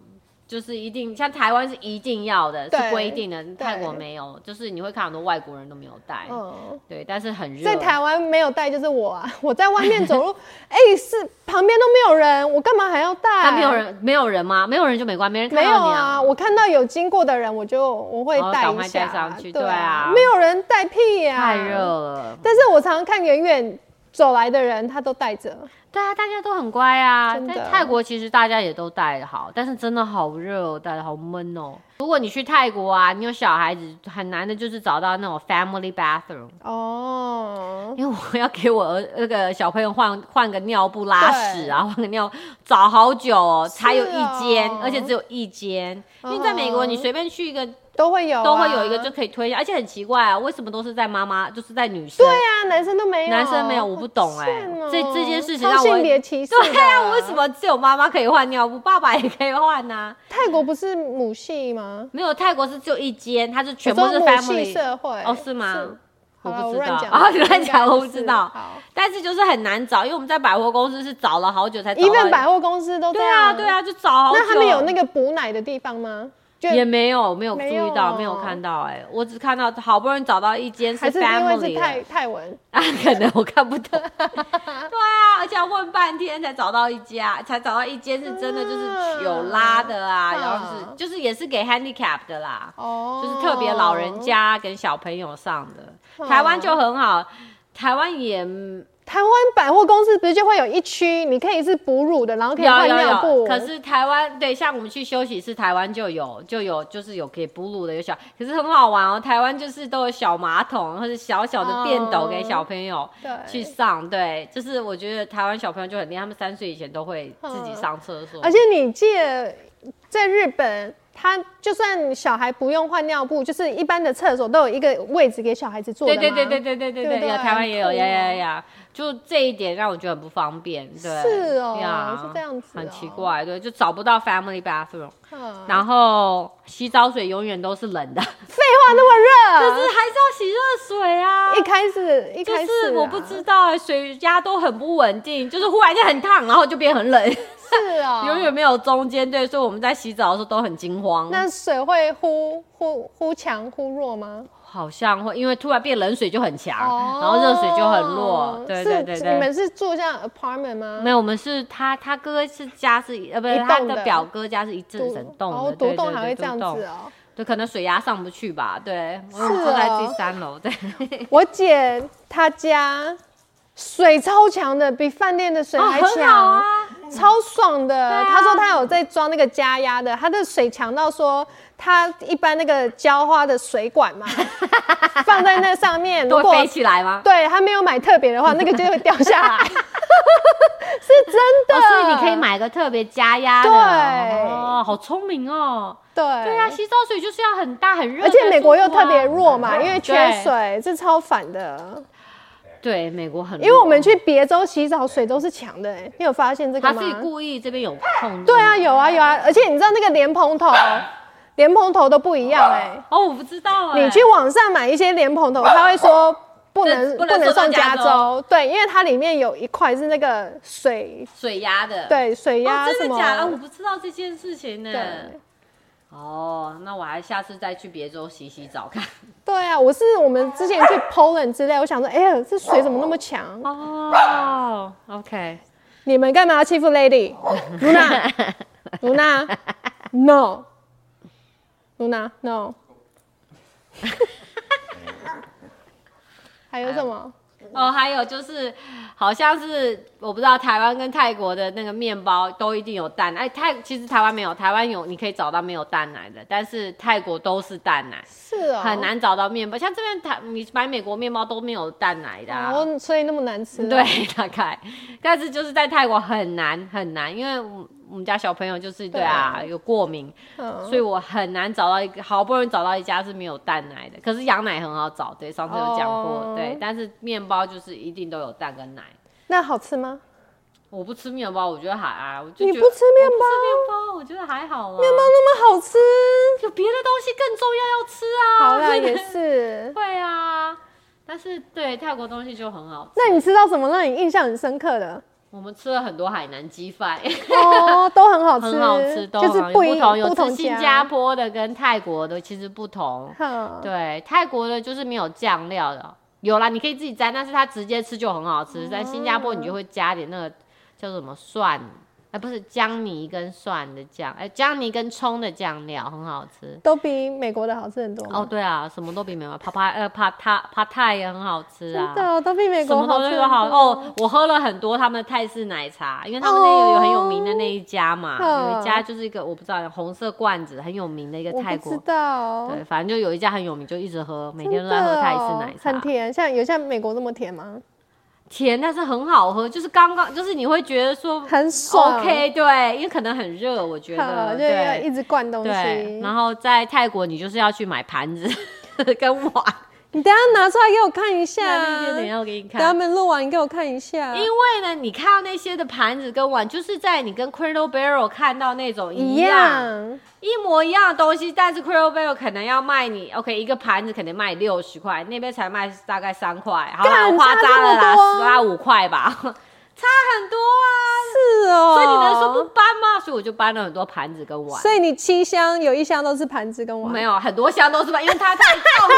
Speaker 1: 就是一定像台湾是一定要的，
Speaker 2: 对
Speaker 1: 是规定的，泰国
Speaker 2: 对
Speaker 1: 没有，就是你会看很多外国人都没有带，
Speaker 2: 嗯，
Speaker 1: 对，但是很热，
Speaker 2: 在台湾没有带就是我啊，我在外面走路， 哎、是旁边都没有人，我干嘛还要带？
Speaker 1: 但没有人没有人吗？没有人就没关，没人看
Speaker 2: 没有
Speaker 1: 到你
Speaker 2: 啊，我看到有经过的人，我就我会
Speaker 1: 哦
Speaker 2: 带
Speaker 1: 赶
Speaker 2: 一
Speaker 1: 快
Speaker 2: 下，
Speaker 1: 带上去
Speaker 2: 对
Speaker 1: 对啊
Speaker 2: 没有人带屁呀、
Speaker 1: 太热。了。
Speaker 2: 但是我常常看远远走来的人，他都带着，
Speaker 1: 对啊，大家都很乖啊。
Speaker 2: 真的
Speaker 1: 在泰国其实大家也都带好，但是真的好热、哦，带的好闷哦。如果你去泰国啊，你有小孩子，很难的就是找到那种 family bathroom。
Speaker 2: 哦，
Speaker 1: 因为我要给我儿那个小朋友换换个尿布拉
Speaker 2: 对
Speaker 1: 屎啊，换个尿找好久哦，才有
Speaker 2: 哦嗯
Speaker 1: 一间，而且只有一间。因为在美国，你随便去一个
Speaker 2: 都会有、啊
Speaker 1: 都会有一个就。可以推下，而且很奇怪啊，为什么都是在妈妈，就是在女生
Speaker 2: 对，啊，男生都没有，
Speaker 1: 男生没有，我不懂哎、
Speaker 2: 贱哦
Speaker 1: 这这件事情
Speaker 2: 超
Speaker 1: 让我
Speaker 2: 性别歧视。
Speaker 1: 对啊，为什？么只有妈妈可以换尿布，爸爸也可以换呐、
Speaker 2: 泰国不是母系吗？
Speaker 1: 没有泰国是只有一间，它是全部
Speaker 2: 我
Speaker 1: 是
Speaker 2: 说母系
Speaker 1: family
Speaker 2: 社会。
Speaker 1: 哦，是吗？
Speaker 2: 好
Speaker 1: 我
Speaker 2: 啦
Speaker 1: 不
Speaker 2: 我
Speaker 1: 知道
Speaker 2: 乱讲
Speaker 1: 啊，你乱
Speaker 2: 应该
Speaker 1: 讲，
Speaker 2: 不
Speaker 1: 我不知
Speaker 2: 是
Speaker 1: 道。
Speaker 2: 好
Speaker 1: 但是就是很难找，因为我们在百货公司是找了好久才找
Speaker 2: 一
Speaker 1: 到。
Speaker 2: 份百货公司都这
Speaker 1: 对
Speaker 2: 样。
Speaker 1: 啊，对。啊，就找好久。
Speaker 2: 那他们有那个补奶的地方吗？就
Speaker 1: 也没有没有注
Speaker 2: 没有
Speaker 1: 意到，没有看到哎、我只看到好不容易找到一间
Speaker 2: 还是因为
Speaker 1: family
Speaker 2: 是
Speaker 1: 的
Speaker 2: 泰泰文，
Speaker 1: 啊，可能我看不懂。对啊，而且要问半天才找到一家，才找到一间是真的就是有拉的啊，
Speaker 2: 嗯
Speaker 1: 然后是
Speaker 2: 嗯
Speaker 1: 就是也是给 handicap 的啦，
Speaker 2: 哦，
Speaker 1: 就是特别老人。家跟小朋友上的。
Speaker 2: 嗯
Speaker 1: 台湾就很好，台湾也
Speaker 2: 台湾百货公司不是就会有一区，你可以是哺乳的，然后可以
Speaker 1: 有
Speaker 2: 换
Speaker 1: 有
Speaker 2: 尿
Speaker 1: 有，
Speaker 2: 布。
Speaker 1: 可是台湾对，像我们去休息室，台湾就有就有就是有给哺乳的，有小，可是很好玩哦。台湾就是都有小马桶或者小小的便斗给小朋友
Speaker 2: 对
Speaker 1: 去上，对，就是我觉得台湾小朋友就很厉害，他们三岁以前都会自己上厕所，
Speaker 2: 而且你借在日本，他就算小孩不用换尿布，就是一般的厕所都有一个位置给小孩子坐的
Speaker 1: 对
Speaker 2: 嘛。
Speaker 1: 对对对对对对
Speaker 2: 对
Speaker 1: 对，
Speaker 2: 不对
Speaker 1: 有台湾也有
Speaker 2: 很酷哦
Speaker 1: 呀呀呀，就这一点让我觉得很不方便，对，
Speaker 2: 是哦
Speaker 1: 呀
Speaker 2: 是这样子哦
Speaker 1: 很奇怪，对，就找不到 family bathroom，
Speaker 2: 嗯。
Speaker 1: 然后洗澡水永远都是冷的，
Speaker 2: 废话那
Speaker 1: 可
Speaker 2: 么
Speaker 1: 是
Speaker 2: 热，
Speaker 1: 还是要洗热水啊，
Speaker 2: 一开始一
Speaker 1: 就
Speaker 2: 开始、啊
Speaker 1: 是我不知，道、欸，水压都很不稳定，就是忽然间很烫，然后就变很冷，
Speaker 2: 是哦，
Speaker 1: 永远没有中间。对，所以我们在洗澡的时候都很惊慌。
Speaker 2: 那水会忽忽忽强忽弱吗？
Speaker 1: 好像会因为突然变冷水就很强，
Speaker 2: 哦
Speaker 1: 啊然后热水就很弱。对对对
Speaker 2: 是你
Speaker 1: 对。
Speaker 2: 们是住像 apartment 吗？
Speaker 1: 没有，我们是他，他哥是家是一呃，不是
Speaker 2: 一
Speaker 1: 他
Speaker 2: 栋的
Speaker 1: 的表哥家是一整整栋的，
Speaker 2: 哦，
Speaker 1: 对
Speaker 2: 独
Speaker 1: 对
Speaker 2: 栋还
Speaker 1: 对
Speaker 2: 会这样
Speaker 1: 独
Speaker 2: 子
Speaker 1: 栋
Speaker 2: 哦。
Speaker 1: 对，可能水压上不去吧，对，我
Speaker 2: 是
Speaker 1: 们住在
Speaker 2: 哦
Speaker 1: 第三楼，对，
Speaker 2: 我姐她家水超强的，比饭店的水
Speaker 1: 哦
Speaker 2: 还
Speaker 1: 很好
Speaker 2: 强，
Speaker 1: 啊，
Speaker 2: 超爽的。
Speaker 1: 啊
Speaker 2: 她说她有在装那个加压的，她的水强到说，她一般那个浇花的水管 嘛，放在那上面，
Speaker 1: 都
Speaker 2: 如
Speaker 1: 会
Speaker 2: 果
Speaker 1: 飞起来吗？
Speaker 2: 对她没有买特别的话，那个就会掉 下来，是真的、
Speaker 1: 哦，所以你可以。买个特别加压的，
Speaker 2: 对
Speaker 1: 哦，好聪明哦。
Speaker 2: 对
Speaker 1: 对啊，洗澡水就是要很大很热才舒服啊，
Speaker 2: 而且美国又特别弱嘛，因为缺
Speaker 1: 啊对。
Speaker 2: 水，这超反的。
Speaker 1: 对，美国很弱，
Speaker 2: 因为我们去别州洗澡，水都是强的、欸，你有发现这个
Speaker 1: 他
Speaker 2: 吗
Speaker 1: 自？己故意这边有空，
Speaker 2: 对啊，。有啊有啊，而且你知道那个莲 蓬头，莲蓬头都不一样哎、
Speaker 1: 哦，我不知道哎，
Speaker 2: 你去网上买一些莲蓬头，他会说不能
Speaker 1: 这
Speaker 2: 不
Speaker 1: 不能
Speaker 2: 能送
Speaker 1: 送加
Speaker 2: 加州，对，因为它里面有一块是那个水，
Speaker 1: 水压的，哦，
Speaker 2: 对水压什
Speaker 1: 真的假的？我
Speaker 2: 么，
Speaker 1: 不知道这件事情呢。
Speaker 2: 对
Speaker 1: 哦，那我还下次再去别州洗洗澡 看。
Speaker 2: 对啊，我是我们之前去 Poland 之类，我想说，哎呀，这水怎么那么强？
Speaker 1: 哦，OK，
Speaker 2: 你们干嘛要欺负 Lady？露娜， 露娜，No，露娜，No。还有什么？
Speaker 1: 哦，还有就是，好像是我不知道台湾跟泰国的那个面包都一定有蛋奶。哎，泰其实台湾没有，台湾有你可以找到没有蛋奶的，但是泰国都是蛋奶，
Speaker 2: 是哦，
Speaker 1: 很。难啊找到面包。像这边台你买美国面包都没有蛋奶的、啊。
Speaker 2: 哦，所以那么难吃。
Speaker 1: 对，， 大概，但是就是在泰国很难很难，因为我我们家小朋友就是对啊有过敏，
Speaker 2: 嗯，
Speaker 1: 所以我很难找到一个，好不容易找到一家是没有蛋奶的，可是羊奶很好找，对，上次有讲过，
Speaker 2: 哦
Speaker 1: 对，但是面包就是一定都有蛋跟奶。
Speaker 2: 那好吃吗？
Speaker 1: 我不吃面包，我觉得还啊，我就
Speaker 2: 你
Speaker 1: 觉
Speaker 2: 不
Speaker 1: 得
Speaker 2: 吃面
Speaker 1: 我不
Speaker 2: 包，
Speaker 1: 吃面包，我觉得还好啦。
Speaker 2: 面包那么好吃，
Speaker 1: 有别的东西更重要要吃啊。
Speaker 2: 好啦，
Speaker 1: 真的
Speaker 2: 也是。
Speaker 1: 会啊，但是对泰国东西就很好吃。
Speaker 2: 那你吃到什么让你印象很深刻的？
Speaker 1: 我们吃了很多海南鸡饭，
Speaker 2: 哦，都很好吃，
Speaker 1: 很好吃，都
Speaker 2: 就是
Speaker 1: 好
Speaker 2: 不
Speaker 1: 不
Speaker 2: 一
Speaker 1: 同，有
Speaker 2: 不
Speaker 1: 吃
Speaker 2: 同
Speaker 1: 新加坡的跟泰国的其实不同。
Speaker 2: 哼
Speaker 1: 对，泰国的就是没有酱料的，有啦，你可以自己沾，但是它直接吃就很好吃。在新加坡，
Speaker 2: 哦
Speaker 1: 你就会加点那个叫做什么蒜，哎，不是姜泥跟蒜的酱，哎，姜泥跟葱的酱料很好吃。
Speaker 2: 都比美国的好吃很多。
Speaker 1: 哦，对啊，什么都比美国帕帕呃帕塔帕泰也很好吃啊
Speaker 2: 真。的都比美
Speaker 1: 什
Speaker 2: 国
Speaker 1: 么
Speaker 2: 好
Speaker 1: 东
Speaker 2: 吃
Speaker 1: 西
Speaker 2: 很
Speaker 1: 都
Speaker 2: 多
Speaker 1: 好哦。我喝了很多他们的泰式奶茶，因为他们那个有很有名的那一家嘛，
Speaker 2: 哦
Speaker 1: 有一家就是一个我不知道红色罐子很有名的一个
Speaker 2: 我
Speaker 1: 泰
Speaker 2: 不
Speaker 1: 国
Speaker 2: 知，道，
Speaker 1: 对，反正就有一家很有名，就一直喝，每
Speaker 2: 真
Speaker 1: 天都在喝
Speaker 2: 的
Speaker 1: 泰式
Speaker 2: 哦
Speaker 1: 奶茶，
Speaker 2: 很甜，像有像美国那么甜吗？
Speaker 1: 甜，但是很好喝，就是刚刚就是你会觉得说
Speaker 2: 很爽
Speaker 1: 哦 OK，对，因为可能很热，我觉
Speaker 2: 好
Speaker 1: 得
Speaker 2: 就要
Speaker 1: 对
Speaker 2: 一直灌东
Speaker 1: 对，
Speaker 2: 西。
Speaker 1: 然后在泰国你就是要去买盘子 跟碗，
Speaker 2: 你等一下拿出来给我看一下
Speaker 1: 那
Speaker 2: 啊，
Speaker 1: 那等一下我给你看
Speaker 2: 等。他们录完你给我看一下。
Speaker 1: 因为呢，你看到那些的盘子跟碗，就是在你跟 Cradle Barrel 看到那种一
Speaker 2: 一
Speaker 1: 样
Speaker 2: 样，
Speaker 1: 一模一样的东西，但是 Cradle Barrel 可能要卖你 OK 一个盘子可能卖六十块，那边才卖大概三块，好啦，
Speaker 2: 干
Speaker 1: 夸张了啦，
Speaker 2: 差这么
Speaker 1: 十
Speaker 2: 多
Speaker 1: 啊五块吧， 差很多啊。
Speaker 2: 是哦。
Speaker 1: 所以你能说不搬吗？所以我就搬了很多盘子跟碗。
Speaker 2: 所以你七箱有一箱都是盘子跟碗，
Speaker 1: 没有很多箱都是吧，因为它太重 了，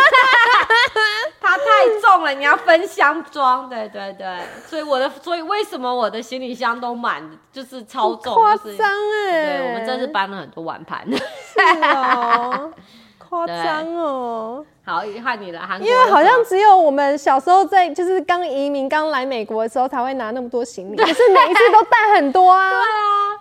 Speaker 1: 它太重了，你要分箱装。对对对，所以我的，所以为什么我的行李箱都满，就是超重，
Speaker 2: 夸
Speaker 1: 就是
Speaker 2: 张哎。
Speaker 1: 对我们真是搬了很多碗盘。
Speaker 2: 是哦，夸张哦。
Speaker 1: 好，换你了，韩国
Speaker 2: 因为好像只有我们小时候在就是刚移民刚来美国的时候才会拿那么多行李，可是每一次都带很 多啊。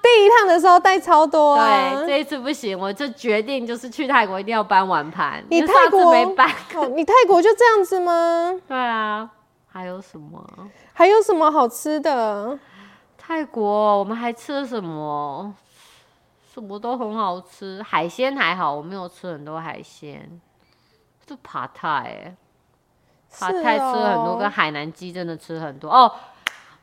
Speaker 2: 第一趟的时候带超多啊
Speaker 1: 对。这一次不行，我就决定就是去泰国一定要搬碗盘，
Speaker 2: 你
Speaker 1: 因为上
Speaker 2: 泰
Speaker 1: 次
Speaker 2: 国
Speaker 1: 没搬。
Speaker 2: 哦，你泰国就这样子吗？
Speaker 1: 对啊，还有什么？
Speaker 2: 还有什么好吃 的？
Speaker 1: 泰国我们还吃了什么？什么都很好吃，海鲜还好，我没有吃很多海鲜。就爬泰、欸，
Speaker 2: 是
Speaker 1: 爬泰吃了很多，
Speaker 2: 哦
Speaker 1: 跟海南鸡真的吃很多哦。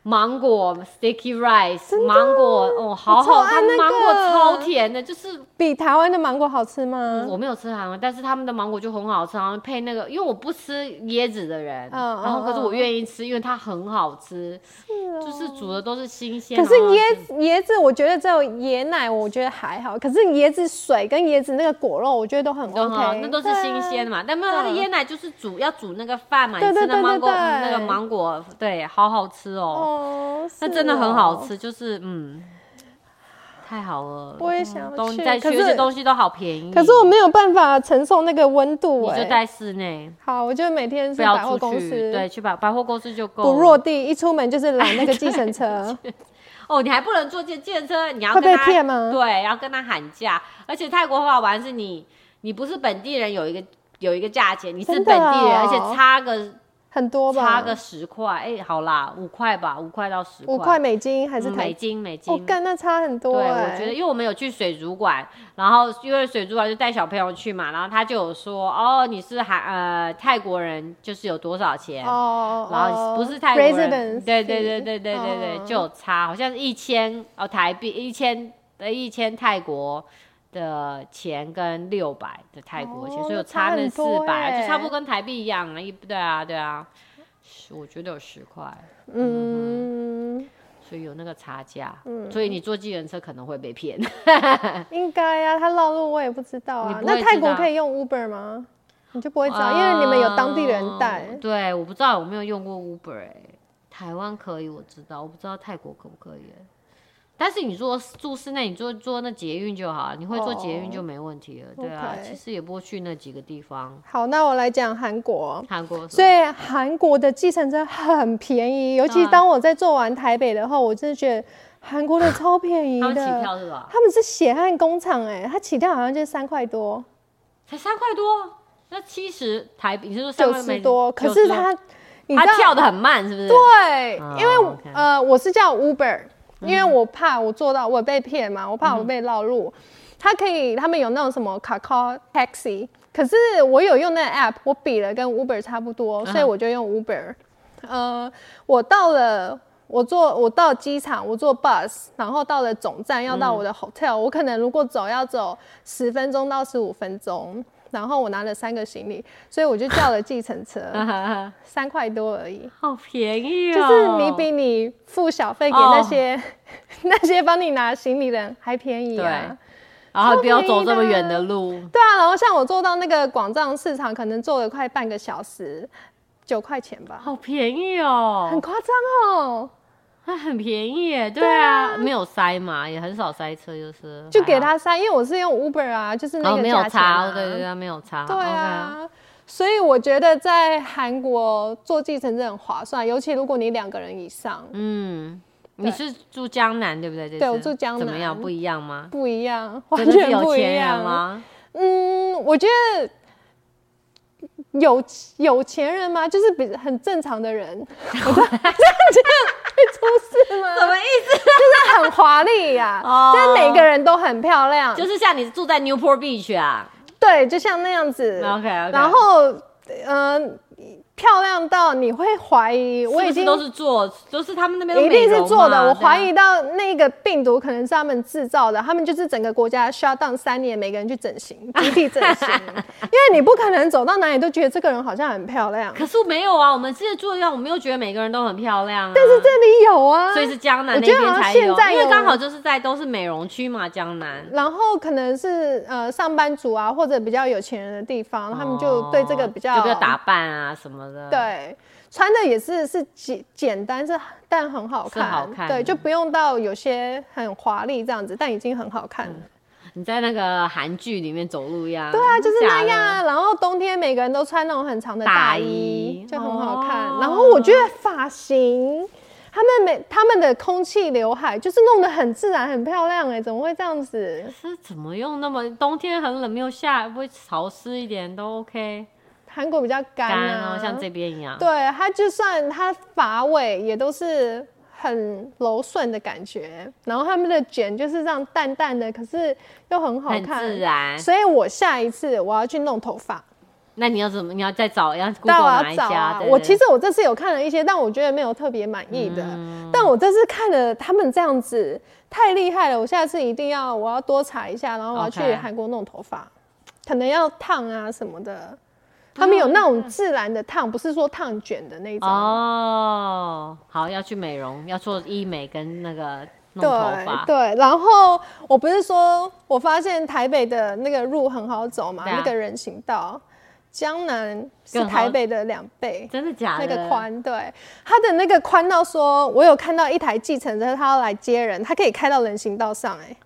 Speaker 1: 芒果 sticky rice，
Speaker 2: 真的啊
Speaker 1: 芒果哦，好
Speaker 2: 超
Speaker 1: 好，
Speaker 2: 爱
Speaker 1: 他们
Speaker 2: 那
Speaker 1: 芒果
Speaker 2: 个
Speaker 1: 超甜的，就是
Speaker 2: 比台湾的芒果好吃吗？
Speaker 1: 我没有吃韩国，但是他们的芒果就很好吃，好像配那个，因为我不吃椰子的人，
Speaker 2: 嗯
Speaker 1: 然后可是
Speaker 2: 嗯
Speaker 1: 我
Speaker 2: 嗯
Speaker 1: 愿意吃，因为它很好吃，
Speaker 2: 哦
Speaker 1: 就是煮的都是新鲜。
Speaker 2: 可是
Speaker 1: 然后
Speaker 2: 椰子椰子，我觉得只有椰奶，我觉得还好。可是椰子水跟椰子那个果肉，我觉得都很
Speaker 1: 都很好
Speaker 2: OK，
Speaker 1: 哦那都是
Speaker 2: 对啊
Speaker 1: 新鲜的嘛。但没有它的
Speaker 2: 对啊
Speaker 1: 椰奶，就是煮要煮那个饭嘛，你
Speaker 2: 对
Speaker 1: 吃
Speaker 2: 对
Speaker 1: 的芒果
Speaker 2: 对对
Speaker 1: 那
Speaker 2: 对
Speaker 1: 个芒果，对，好好吃哦，
Speaker 2: 哦，
Speaker 1: 那
Speaker 2: 是
Speaker 1: 真的很好
Speaker 2: 哦。
Speaker 1: 吃，就是嗯，太好了。
Speaker 2: 我也想要
Speaker 1: 东
Speaker 2: 去
Speaker 1: 再去，
Speaker 2: 可
Speaker 1: 而
Speaker 2: 是
Speaker 1: 且东西都好便宜。
Speaker 2: 可是我没有办法承受那个温度、
Speaker 1: 嗯你
Speaker 2: 哎，
Speaker 1: 就在室内，
Speaker 2: 好，我就每天
Speaker 1: 不
Speaker 2: 是百
Speaker 1: 要
Speaker 2: 货
Speaker 1: 出
Speaker 2: 公
Speaker 1: 去，
Speaker 2: 司，
Speaker 1: 对，，去百百货公司就够了。
Speaker 2: 不落地，一出门就是拦那个计 程车，
Speaker 1: 哦，你还不能坐电电车，你要
Speaker 2: 会
Speaker 1: 跟
Speaker 2: 被
Speaker 1: 他
Speaker 2: 骗吗
Speaker 1: 对，要跟他喊价。而且泰国很好玩，是你你不是本地人，有一个有一个价钱，你是本
Speaker 2: 真
Speaker 1: 地
Speaker 2: 的
Speaker 1: 人，而
Speaker 2: 哦
Speaker 1: 且差个
Speaker 2: 很多吧，
Speaker 1: 差个十块，哎、好啦，五块吧，五块到十
Speaker 2: 五块美金还是
Speaker 1: 嗯
Speaker 2: 台
Speaker 1: 美金美金。
Speaker 2: 哦，干那差很
Speaker 1: 对，
Speaker 2: 多、哎，
Speaker 1: 我觉得，因为我们有去水族馆，然后因为水族馆就带小朋友去嘛，然后他就有说，哦，你是韩呃泰国人，就是有多少钱，
Speaker 2: 哦，
Speaker 1: 然后
Speaker 2: 哦
Speaker 1: 不是泰国人，
Speaker 2: residence 哦
Speaker 1: 对对对对对对对，
Speaker 2: fee，
Speaker 1: 就有差，好像是一千哦台币，一千呃一千泰国的钱跟六百的泰国钱，
Speaker 2: 哦
Speaker 1: 所以有
Speaker 2: 那
Speaker 1: 差
Speaker 2: 差
Speaker 1: 那
Speaker 2: 很
Speaker 1: 四
Speaker 2: 多
Speaker 1: 百，就差不多
Speaker 2: 耶
Speaker 1: 跟台币一样啊，一对啊对啊，十我觉得有十块，
Speaker 2: 嗯，
Speaker 1: 所以有那个差价，所以你坐计程车可能会被骗。
Speaker 2: 应该啊，他绕路我也不知道
Speaker 1: 嗯你
Speaker 2: 啊。
Speaker 1: 不会
Speaker 2: 那泰
Speaker 1: 知
Speaker 2: 国
Speaker 1: 道
Speaker 2: 可以用 Uber 吗？你就不会知道，因为你们有当地人带。
Speaker 1: 嗯对，我不知道有没有用过 Uber 哎、台湾可以，我知道，我不知道泰国可不可以、欸。但是你坐住室内，你坐坐那捷运就好，你会坐捷运就没问题了。对啊
Speaker 2: 哦 OK
Speaker 1: 其实也不会去那几个地方。
Speaker 2: 好，那我来讲韩国。
Speaker 1: 韩国
Speaker 2: 哦所
Speaker 1: 以
Speaker 2: 以韩国的计程车很便宜，尤
Speaker 1: 对
Speaker 2: 其
Speaker 1: 啊
Speaker 2: 当我在做完台北的后，我真的觉得韩国的超便宜
Speaker 1: 他
Speaker 2: 的。
Speaker 1: 们起票是吧？
Speaker 2: 他们是血汗工厂哎、它起跳好像就是三块多、
Speaker 1: 才三块多，那七十台币，你是说三
Speaker 2: 九
Speaker 1: 块美
Speaker 2: 十多，可是它，你知
Speaker 1: 他跳
Speaker 2: 道
Speaker 1: 的很慢，是不是？
Speaker 2: 对
Speaker 1: 哦，
Speaker 2: 因为
Speaker 1: OK 嗯
Speaker 2: 呃，我是叫 Uber，因为我怕我做到我被骗嘛，我怕我被绕路。它可以，他们有那种什么 Kakao Taxi，可是我有用那个 app，我比了跟 Uber 差不
Speaker 1: 嗯
Speaker 2: 多，所以我就用 Uber。呃，我到了。我坐我到机场，我坐 bus，然后到
Speaker 1: 嗯
Speaker 2: 了总站要到我的 hotel，、我可能如果走要走十分钟到十五分钟，然后我拿了三个行李，所以我就叫了计程车，
Speaker 1: 啊哈哈
Speaker 2: 三块多而已。
Speaker 1: 好便宜
Speaker 2: 就
Speaker 1: 哦！
Speaker 2: 是你比你付小费给那些、 那些帮你拿行李的人还便宜啊。
Speaker 1: 然后不要
Speaker 2: 超便
Speaker 1: 走
Speaker 2: 宜
Speaker 1: 这么
Speaker 2: 的
Speaker 1: 远的路，
Speaker 2: 对啊，然后像我坐到那个广藏市场，可能坐了快半个小时，九块钱吧，
Speaker 1: 好便宜哦，
Speaker 2: 很夸张哦。
Speaker 1: 那很便宜耶，对啊，没有塞嘛，也很少塞车，就是
Speaker 2: 就给
Speaker 1: 还好，
Speaker 2: 他塞，因为我是用 Uber 啊，就是那
Speaker 1: 哦，
Speaker 2: 个
Speaker 1: 没
Speaker 2: 价
Speaker 1: 有
Speaker 2: 钱、啊
Speaker 1: 差，对对对，没有差，
Speaker 2: 对
Speaker 1: OK
Speaker 2: 啊。所以我觉得在韩国坐计程车很划算，尤其如果你两个人以上，
Speaker 1: 嗯，你
Speaker 2: 对
Speaker 1: 是住江南对不对？这
Speaker 2: 对我
Speaker 1: 次
Speaker 2: 住江
Speaker 1: 怎么样？
Speaker 2: 南
Speaker 1: 不一样吗？
Speaker 2: 不一样，
Speaker 1: 真
Speaker 2: 完
Speaker 1: 的是
Speaker 2: 全不
Speaker 1: 有
Speaker 2: 一
Speaker 1: 钱
Speaker 2: 样
Speaker 1: 人。吗？
Speaker 2: 嗯，我觉得有有钱人吗？就是比很正常 的人，我说这样这样会出事吗？
Speaker 1: 什么意思？
Speaker 2: 就是很华丽呀、
Speaker 1: 哦
Speaker 2: 但每个人都很漂亮，
Speaker 1: 就是像你住在 Newport Beach 啊
Speaker 2: 对，就像那样子。
Speaker 1: ，OK，
Speaker 2: 然后，嗯、漂亮到你会怀疑，我已经
Speaker 1: 都是做，就是他们那边都
Speaker 2: 一定
Speaker 1: 美
Speaker 2: 是
Speaker 1: 容
Speaker 2: 做的。
Speaker 1: 嘛
Speaker 2: 我
Speaker 1: 对啊
Speaker 2: 怀疑到那个病毒可能是他们制造的，他们就是整个国家 shutdown 三年，每个人去 整形，集体整形，因为你不可能走到哪里都觉得这个人好像很漂亮，
Speaker 1: 可是没有啊，我们之前住的地方，我没有觉得每个人都很漂亮啊。
Speaker 2: 但是这里有啊
Speaker 1: 所。以是江南
Speaker 2: 我
Speaker 1: 那
Speaker 2: 觉得
Speaker 1: 边
Speaker 2: 好像
Speaker 1: 才有，
Speaker 2: 现在
Speaker 1: 因为
Speaker 2: 有
Speaker 1: 刚好就是在都是美容区嘛，江南。
Speaker 2: 然后可能是呃上班族啊，或者比较有钱人的地方，他们就对这个比较
Speaker 1: 就比较打扮啊什么的。，
Speaker 2: 对，穿的也是是简简单，是但很好
Speaker 1: 是
Speaker 2: 看，
Speaker 1: 好看的
Speaker 2: 对，就不用到有些很华丽这样子，但已经很好看
Speaker 1: 嗯
Speaker 2: 了。
Speaker 1: 你在那个韩剧里面走路一样。
Speaker 2: 对啊，就是那样
Speaker 1: 假
Speaker 2: 啊。然后冬天每个人都穿那种很长的
Speaker 1: 大
Speaker 2: 大
Speaker 1: 衣
Speaker 2: 衣，就很好看。
Speaker 1: 哦
Speaker 2: 然后我觉得发型，他们每他们的空气刘海就是弄得很自然、很漂亮哎、怎么会这样子
Speaker 1: 的。？是怎么用那么冬天很冷，没有下，不会潮湿一点都 OK。
Speaker 2: 韩国比较干
Speaker 1: 干
Speaker 2: 啊，
Speaker 1: 哦，像这边一样。
Speaker 2: 对，他就算他发尾也都是很柔顺的感觉，然后他们的卷就是这样淡淡的，可是又很好
Speaker 1: 很
Speaker 2: 看，
Speaker 1: 自然。
Speaker 2: 所以我下一次我要去弄头发，
Speaker 1: 那你要怎么？你要再找，要 g o
Speaker 2: 但我
Speaker 1: 哪
Speaker 2: 要
Speaker 1: 一
Speaker 2: 找
Speaker 1: 家？
Speaker 2: 啊
Speaker 1: 对。
Speaker 2: 我
Speaker 1: 对
Speaker 2: 其实我这次有看了一些，但我觉得没有特别满意的。
Speaker 1: 嗯
Speaker 2: 但我这次看了他们这样子太厉害了，我下次一定要我要多查一下，然后我要去
Speaker 1: OK
Speaker 2: 韩国弄头发可能要烫啊什么的。
Speaker 1: 嗯
Speaker 2: 他们有那种自然的烫，不是说烫卷的那种。
Speaker 1: 哦，好，要去美容，要做医美跟那个弄头发。
Speaker 2: 对，然后我不是说我发现台北的那个路很好走嘛，
Speaker 1: 对啊
Speaker 2: 那个人行道，江南是
Speaker 1: 更好
Speaker 2: 台北的两倍。
Speaker 1: 真的假
Speaker 2: 那
Speaker 1: 的？
Speaker 2: 个宽，对，它的那个宽到说，我有看到一台计程车，它要来接人，它可以开到人行道上、哎，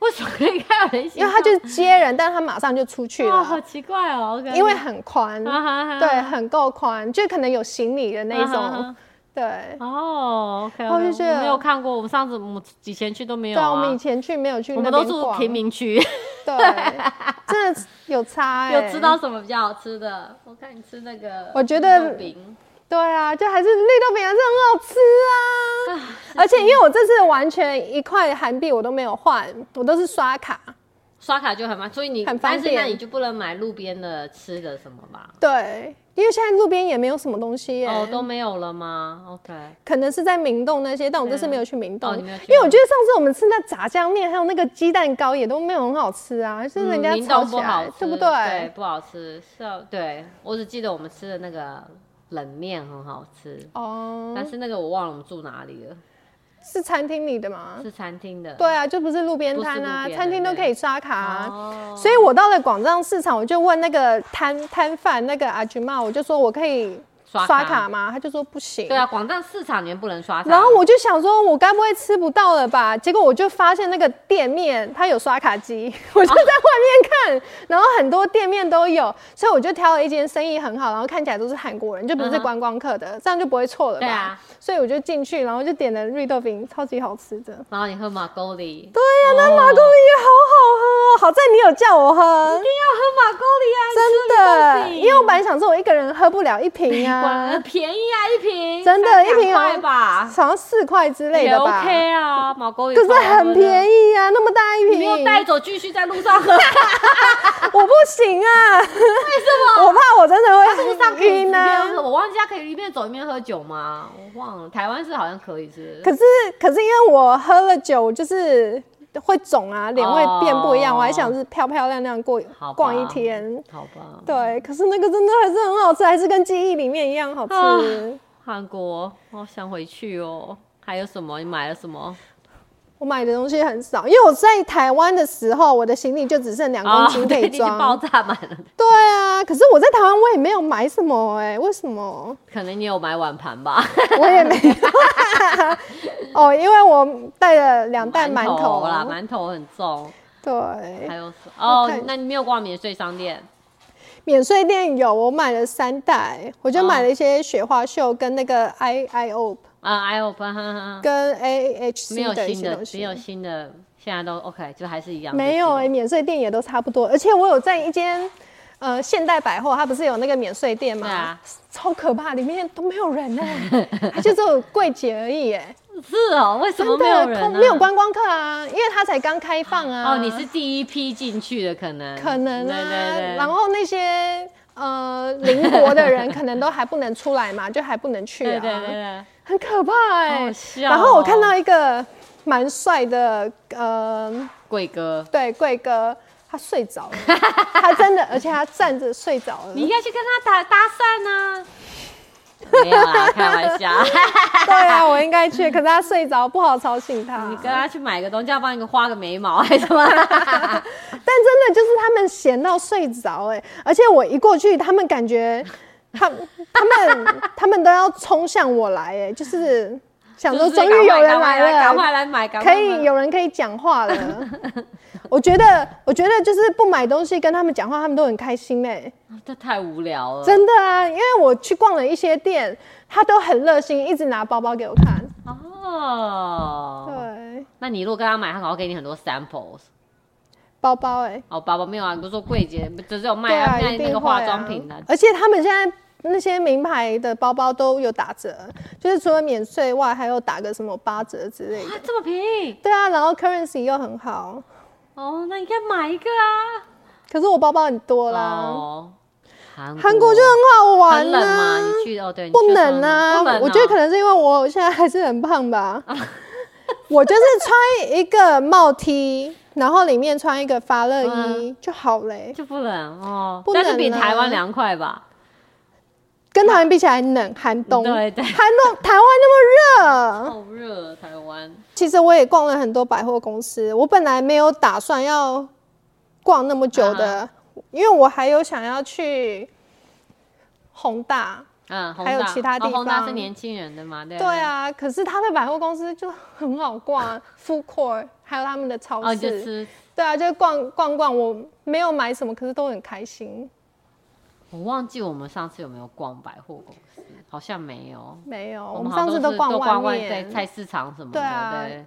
Speaker 1: 为什么可以看到人行道？
Speaker 2: 因为它就是接人，但是它马上就出去
Speaker 1: 哦，好
Speaker 2: 了，
Speaker 1: 奇怪哦，OK，
Speaker 2: 因为很宽，
Speaker 1: 啊 哈哈
Speaker 2: 对，很够宽，就可能有行李的那一
Speaker 1: 啊哈
Speaker 2: 种，对，啊
Speaker 1: 哈哦，OK，
Speaker 2: 然后就觉得
Speaker 1: 没有看过，我们上次我们以前去都没
Speaker 2: 对
Speaker 1: 有
Speaker 2: 啊，我
Speaker 1: 啊
Speaker 2: 们以，前去没有去
Speaker 1: 我
Speaker 2: 那
Speaker 1: 们都
Speaker 2: 边
Speaker 1: 住
Speaker 2: 逛，
Speaker 1: 贫民 区，
Speaker 2: 对，真的有差、哎，
Speaker 1: 有吃到什么比较好吃的？我看你吃那个，
Speaker 2: 我觉得
Speaker 1: 饼，
Speaker 2: 对啊，就还是绿豆饼还是很好吃啊！而且因为我这次完全一块韩币我都没有换，我都是刷卡。
Speaker 1: 刷卡就很慢，所以你
Speaker 2: 很方
Speaker 1: 但
Speaker 2: 便
Speaker 1: 是那你就不能买路边的吃的什么吧？
Speaker 2: 对，因为现在路边也没有什么东西耶，
Speaker 1: 哦，都没有了吗？OK，
Speaker 2: 可能是在明洞那些，但我这次没有去明洞，
Speaker 1: 哦你
Speaker 2: 因
Speaker 1: 没有去
Speaker 2: 为我觉得上次我们吃那炸酱面还有那个鸡蛋糕也都没有很好吃啊，就是人家
Speaker 1: 嗯明
Speaker 2: 炒
Speaker 1: 洞
Speaker 2: 起
Speaker 1: 不
Speaker 2: 来，
Speaker 1: 好吃，
Speaker 2: 对不
Speaker 1: 对
Speaker 2: 对？？
Speaker 1: 不好吃，是啊，对我只记得我们吃的那个冷面很好吃，
Speaker 2: 哦、
Speaker 1: 但是那个我忘了我们住哪里了，
Speaker 2: 是餐厅里的吗？
Speaker 1: 是餐厅的。
Speaker 2: 对啊，就不是路边摊
Speaker 1: 不是路
Speaker 2: 啊，
Speaker 1: 边的
Speaker 2: 餐厅都可以刷卡、啊。
Speaker 1: 哦
Speaker 2: 所以我到了广藏市场，我就问那个摊摊贩那个阿菊妈，我就说我可以
Speaker 1: 刷
Speaker 2: 刷
Speaker 1: 卡
Speaker 2: 卡吗？他就说不行。
Speaker 1: 对啊，广藏市场里面不能刷卡。
Speaker 2: 然后我就想说，我该不会吃不到了吧？结果我就发现那个店面它有刷卡机， 我就在外面看，然后很多店面都有，所以我就挑了一间生意很好，然后看起来都是韩国人，就不
Speaker 1: 嗯
Speaker 2: 是
Speaker 1: 哼
Speaker 2: 观光客的，这样就不会错了吧？
Speaker 1: 对啊
Speaker 2: 所以我就进去，然后就点了绿豆饼，超级好吃的。
Speaker 1: 然后你喝马沟里，
Speaker 2: 对呀、那马公也好好喝哦，好在你有叫我喝。
Speaker 1: 一定要喝马沟里啊！
Speaker 2: 真的，
Speaker 1: 你吃绿豆饼
Speaker 2: 因为我本来想说，我一个人喝不了一瓶
Speaker 1: 哇
Speaker 2: 啊，
Speaker 1: 便宜啊，一瓶
Speaker 2: 真的
Speaker 1: 三
Speaker 2: 一瓶
Speaker 1: 两块
Speaker 2: 好
Speaker 1: 吧，
Speaker 2: 好像四块之类
Speaker 1: 也
Speaker 2: 的吧。
Speaker 1: OK 啊，马沟里
Speaker 2: 可是很便
Speaker 1: 宜。
Speaker 2: 宜啊，那么大一
Speaker 1: 你没
Speaker 2: 瓶，
Speaker 1: 有带走，继续在路 上喝，
Speaker 2: 我不行啊，为什么？我怕我真
Speaker 1: 路上
Speaker 2: 的
Speaker 1: 可
Speaker 2: 会
Speaker 1: 以一
Speaker 2: 晕
Speaker 1: 边喝。
Speaker 2: 啊。
Speaker 1: 我忘记它可以一边走一边喝酒吗？我忘了，台湾是好像可以是不是。
Speaker 2: 可是可是因为我喝了酒，就是会肿啊，脸会变不一样。
Speaker 1: 哦
Speaker 2: 我还想是漂漂亮亮过
Speaker 1: 好吧
Speaker 2: 逛一天。
Speaker 1: 好吧，
Speaker 2: 对，可是那个真的还是很好吃，还是跟记忆里面一样好吃。
Speaker 1: 啊韩国，好想回去哦。还有什么？你买了什么？
Speaker 2: 我买的东西很少，因为我在台湾的时候，我的行李就只剩两公斤可
Speaker 1: 哦对，
Speaker 2: 以
Speaker 1: 已经
Speaker 2: 装。
Speaker 1: 爆炸满了。
Speaker 2: 对啊，可是我在台湾我也没有买什么哎、为什么？
Speaker 1: 可能你有买碗盘吧？
Speaker 2: 我也没 有。哦，因为我带了两袋馒头
Speaker 1: 啦，馒头很重。
Speaker 2: 对，
Speaker 1: 还有什哦
Speaker 2: 看，
Speaker 1: 那你没有逛免税商店？
Speaker 2: 免税店有，我买了三袋，我就
Speaker 1: 哦
Speaker 2: 买了一些雪花秀跟那个 I I O
Speaker 1: 啊，I open，哈哈哈
Speaker 2: 跟 A H
Speaker 1: 没
Speaker 2: C
Speaker 1: 有
Speaker 2: 的一
Speaker 1: 新
Speaker 2: 些
Speaker 1: 的
Speaker 2: 东，
Speaker 1: 没
Speaker 2: 西
Speaker 1: 有。新的，现在都 OK，就还是一样。
Speaker 2: 没有哎、
Speaker 1: 哎，
Speaker 2: 免税店也都差不多，而且我有在一间呃现代百货，它不是有那个免税店吗？
Speaker 1: 对啊
Speaker 2: 超可怕，里面都没有人哎、它就只有柜姐而 已哎、
Speaker 1: 是哦，为什
Speaker 2: 真
Speaker 1: 么
Speaker 2: 的
Speaker 1: 没有人
Speaker 2: 空
Speaker 1: 呢？
Speaker 2: 没有观光客啊，因为它才刚开放啊。
Speaker 1: 哦，你是第一批进去的，可能
Speaker 2: 可能
Speaker 1: 对
Speaker 2: 啊，
Speaker 1: 对对，
Speaker 2: 然后那些呃邻国的人可能都还不能出来嘛，就还不能去
Speaker 1: 对
Speaker 2: 啊，
Speaker 1: 对对对，
Speaker 2: 很可怕
Speaker 1: 好
Speaker 2: 哎、
Speaker 1: 好笑
Speaker 2: 然后我看
Speaker 1: 哦
Speaker 2: 到一个蛮帅的，呃，
Speaker 1: 贵哥，
Speaker 2: 对，贵哥。他睡着了， 他真的，而且他站着睡着了。
Speaker 1: 你应该去跟他打搭讪呢。
Speaker 2: 嗯
Speaker 1: 没有啦，开玩笑，
Speaker 2: 对啊，我应该去，可是他睡着，不好吵醒他。
Speaker 1: 你跟他去买个东西，要帮你画个眉毛还是什么？
Speaker 2: 但真的就是他们闲到睡着哎、而且我一过去，他们感觉他他们他们都要冲向我来哎、就是 想说
Speaker 1: 就是赶
Speaker 2: 终
Speaker 1: 快
Speaker 2: 于有人
Speaker 1: 赶快
Speaker 2: 来了，
Speaker 1: 赶快来买，赶快
Speaker 2: 可
Speaker 1: 买
Speaker 2: 以有人可以讲话了。我觉得我觉得就是不买东西跟他们讲话，他们都很开心哎、
Speaker 1: 这太无聊了，
Speaker 2: 真的啊，因为我去逛了一些店，他都很热心，一直拿包包给我看。
Speaker 1: 哦。
Speaker 2: 对，
Speaker 1: 那你如果跟他买，他可能会给你很多 samples。
Speaker 2: 包包哎、
Speaker 1: 哦，爸爸没有啊，你不是说柜姐只是有卖
Speaker 2: 对啊，
Speaker 1: 卖那
Speaker 2: 一定
Speaker 1: 个
Speaker 2: 会
Speaker 1: 化妆品的
Speaker 2: 啊。，而且他们现在那些名牌的包包都有打折，就是除了免税外，还有打个什么八折之类的
Speaker 1: 啊。，这么便宜
Speaker 2: 对啊，然后 currency 又很好，
Speaker 1: 哦，那你应该买一个啊。
Speaker 2: 可是我包包很多啦。
Speaker 1: 哦，韩
Speaker 2: 韩国就很好
Speaker 1: 很
Speaker 2: 玩
Speaker 1: 冷吗？
Speaker 2: 啊，
Speaker 1: 你去哦，对，你
Speaker 2: 不
Speaker 1: 去的时候
Speaker 2: 冷啊
Speaker 1: 不冷。
Speaker 2: 我觉得可
Speaker 1: 能
Speaker 2: 能是因为我现在还是很 胖吧。我就是穿一个帽 T，然后里面穿一个发热
Speaker 1: 嗯
Speaker 2: 衣就好欸嘞、
Speaker 1: 就不冷哦，
Speaker 2: 不
Speaker 1: 但是
Speaker 2: 冷
Speaker 1: 比
Speaker 2: 啊
Speaker 1: 台湾凉快吧？
Speaker 2: 跟台湾比起来冷，寒冬， 寒
Speaker 1: 对对
Speaker 2: 冬，台湾那么热。
Speaker 1: 好热，台湾。
Speaker 2: 其实我也逛了很多百货公司，我本来没有打算要逛那么久的，
Speaker 1: 嗯
Speaker 2: 因为我还有想要去宏大。
Speaker 1: 嗯，宏
Speaker 2: 还有
Speaker 1: 大
Speaker 2: 其他地
Speaker 1: 哦宏大是
Speaker 2: 方
Speaker 1: 年轻人的嘛？对
Speaker 2: 对。啊，可是他的百货公司就很好逛啊，Food Court，还有他们的超
Speaker 1: 哦，你就
Speaker 2: 市。
Speaker 1: 吃，
Speaker 2: 对啊，就逛逛逛，我没有买什么，可是都很开心。
Speaker 1: 我忘记我们上次有没有逛百货公司，好像没有。
Speaker 2: 没有，
Speaker 1: 我
Speaker 2: 哦我
Speaker 1: 们
Speaker 2: 们
Speaker 1: 好
Speaker 2: 上
Speaker 1: 像
Speaker 2: 次
Speaker 1: 都
Speaker 2: 都
Speaker 1: 是
Speaker 2: 逛
Speaker 1: 逛
Speaker 2: 外
Speaker 1: 在
Speaker 2: 面。
Speaker 1: 菜市场什么的，
Speaker 2: 对啊
Speaker 1: 对。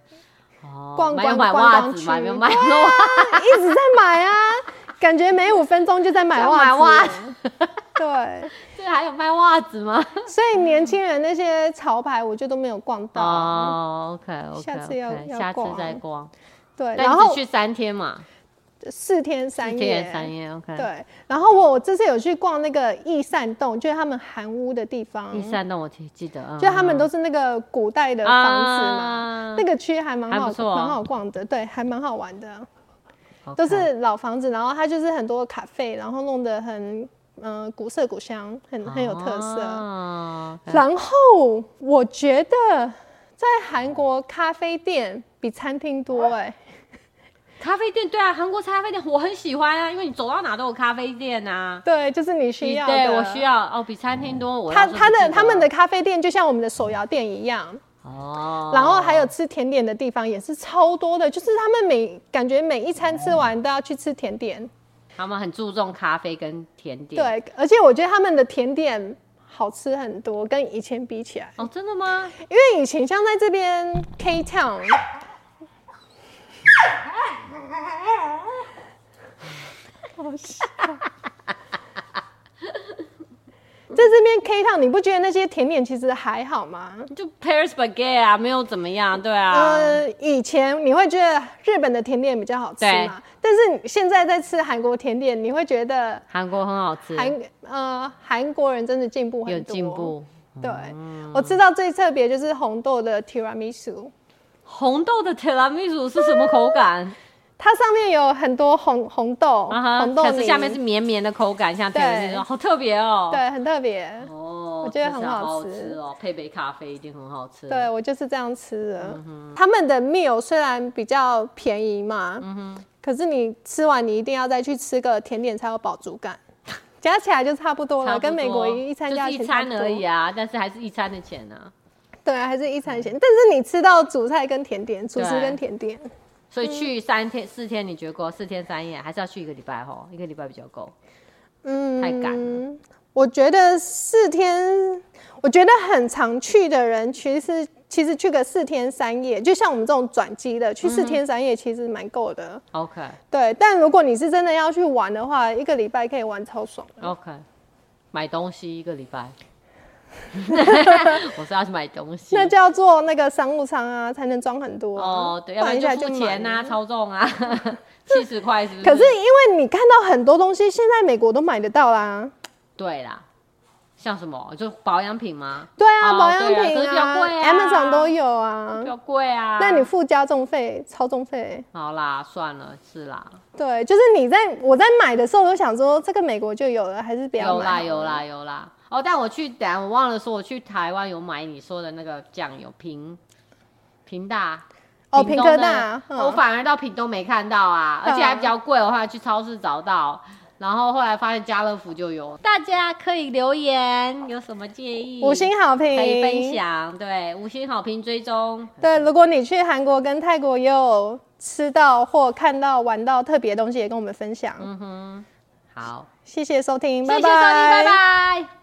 Speaker 1: 哦，
Speaker 2: 逛
Speaker 1: 没有
Speaker 2: 逛
Speaker 1: 买
Speaker 2: 逛
Speaker 1: 袜
Speaker 2: 逛
Speaker 1: 子嘛，没有
Speaker 2: 区
Speaker 1: 买 袜，
Speaker 2: 啊 一直在买啊，感觉每五分钟就在 买
Speaker 1: 在
Speaker 2: 袜
Speaker 1: 买
Speaker 2: 子。
Speaker 1: 袜
Speaker 2: 对。
Speaker 1: 对，还有卖袜子吗？
Speaker 2: 所以年轻人那些潮牌，我就都没有逛到。
Speaker 1: 哦，OK OK，
Speaker 2: 啊下次要要
Speaker 1: 下次
Speaker 2: 逛
Speaker 1: 再逛。
Speaker 2: 对，
Speaker 1: 但你
Speaker 2: 然
Speaker 1: 只
Speaker 2: 后
Speaker 1: 去三天嘛，
Speaker 2: 四天三
Speaker 1: 四
Speaker 2: 夜
Speaker 1: 天。三夜，OK。，
Speaker 2: 对，然后我这次有去逛那个易善洞，就是他们韩屋的地方，
Speaker 1: 第三栋我记记得，嗯
Speaker 2: 就他们
Speaker 1: 嗯
Speaker 2: 都是那个古代的房子嘛，
Speaker 1: 啊
Speaker 2: 那个区还蛮
Speaker 1: 还
Speaker 2: 好
Speaker 1: 不错哦
Speaker 2: 蛮好逛的，对，还蛮好玩的，
Speaker 1: OK
Speaker 2: 都是老房子，然后它就是很多咖啡，然后弄得很嗯、呃古色古香，很
Speaker 1: 啊
Speaker 2: 很有特色。
Speaker 1: 哦，OK
Speaker 2: 然后我觉得在韩国咖啡店比餐厅多哎、
Speaker 1: 咖啡店对啊，韩国咖啡店我很喜欢啊，因为你走到哪都有咖啡店啊。
Speaker 2: 对，就是你需要的，
Speaker 1: 对我需。要哦，比餐厅多。我
Speaker 2: 他
Speaker 1: 倒是不
Speaker 2: 他
Speaker 1: 记
Speaker 2: 的
Speaker 1: 得
Speaker 2: 他们的咖啡店就像我们的手摇店一样，
Speaker 1: 哦，
Speaker 2: 然后还有吃甜点的地方也是超多的，就是他们每感觉每一餐吃完都要去吃甜点，
Speaker 1: 他们很注重咖啡跟甜点。，
Speaker 2: 对，而且我觉得他们的甜点好吃很多，跟以前比起来，
Speaker 1: 哦，真的吗？
Speaker 2: 因为以前像在这边 K Town，好笑在这边 K Town，你不觉得那些甜点其实还好吗？
Speaker 1: 就 Paris Baguette 啊，没有怎么样，对啊。
Speaker 2: 呃，以前你会觉得日本的甜点比较好吃
Speaker 1: 对
Speaker 2: 嘛，但是你现在在吃韩国甜点，你会觉得
Speaker 1: 韩国很好吃，
Speaker 2: 韩呃韩国人真的进步很多。
Speaker 1: 有进。步。
Speaker 2: 对，我知道最特别就是红豆的提拉米苏，
Speaker 1: 红豆的提拉米苏是什么口感？
Speaker 2: 它上面有很多红红豆，
Speaker 1: 啊哈
Speaker 2: 红豆
Speaker 1: 可是
Speaker 2: 泥，
Speaker 1: 下面是绵绵的口感，像提拉米
Speaker 2: 对
Speaker 1: 苏，好特别哦。。
Speaker 2: 对，很特别。
Speaker 1: 哦，
Speaker 2: 我觉得
Speaker 1: 听
Speaker 2: 很
Speaker 1: 起来好
Speaker 2: 好吃
Speaker 1: 吃哦，配杯咖啡一定很好吃。
Speaker 2: 对，我就是这样吃的。
Speaker 1: 嗯
Speaker 2: 他们的 meal 虽然比较便宜嘛，
Speaker 1: 嗯
Speaker 2: 可是你吃完你一定要再去吃个甜点才有饱足感， 加起来就差不多了，
Speaker 1: 差不多，
Speaker 2: 跟美国一餐价
Speaker 1: 就是
Speaker 2: 钱
Speaker 1: 一
Speaker 2: 差
Speaker 1: 餐
Speaker 2: 不多。
Speaker 1: 而已啊，但是还是一餐的钱啊。
Speaker 2: 对，还是一餐钱，但是你吃到主菜跟甜点，主食
Speaker 1: 嗯对
Speaker 2: 跟甜点，
Speaker 1: 所
Speaker 2: 嗯
Speaker 1: 以去三天四天，你觉得够？四天三夜还是要去一个礼拜吼？一个礼拜比较够。
Speaker 2: 嗯，
Speaker 1: 太赶
Speaker 2: 我觉得四天，我觉得很常去的人，其实其实去个四天三夜，就像我们这种转机的，去四天三夜其实蛮够的。
Speaker 1: OK
Speaker 2: 对，但如果你是真的要去玩的话，一个礼拜可以玩超爽。
Speaker 1: OK，买东西一个礼拜。 我是要去买东西。
Speaker 2: 那就要做那个商务舱啊，才能装很多啊、
Speaker 1: 哦，对，要不
Speaker 2: 然
Speaker 1: 然
Speaker 2: 一下
Speaker 1: 就付
Speaker 2: 满
Speaker 1: 钱
Speaker 2: 了
Speaker 1: 呐、啊，超重啊， 七十块是不是？
Speaker 2: 可是因为你看到很多东西，现在美国都买得到啦。
Speaker 1: 对啦，像什么就保养品吗？
Speaker 2: 对啊，
Speaker 1: 哦
Speaker 2: 保养
Speaker 1: 对啊可
Speaker 2: 品
Speaker 1: 是比较贵啊
Speaker 2: a m a z o n 都有啊
Speaker 1: 比。较贵啊。
Speaker 2: 那你付加重费、超重费，
Speaker 1: 好啦，算了，是啦，
Speaker 2: 对，就是你在我在买的时候，我想说这个美国就有了，还是不要
Speaker 1: 有
Speaker 2: 买好
Speaker 1: 啦
Speaker 2: 了。
Speaker 1: 有啦有啦。哦，但我去，等下我忘了说，我去台湾有买你说的那个酱油平平大。
Speaker 2: 哦
Speaker 1: 屏东
Speaker 2: 屏科
Speaker 1: 的
Speaker 2: 大嗯
Speaker 1: 我反而到屏东没看到啊，而且还
Speaker 2: 嗯
Speaker 1: 比较贵，我后来去超市找到，然后后来发现家乐福就有。大家可以留言，有什么建议？
Speaker 2: 五星好评，
Speaker 1: 可以分。享，对，五星好评追踪，
Speaker 2: 对，如果你去韩国跟泰国也有吃到或看到玩到特
Speaker 1: 嗯
Speaker 2: 别东西，也跟我们分享。
Speaker 1: 好，
Speaker 2: 谢谢收听，
Speaker 1: 谢谢收听，拜拜。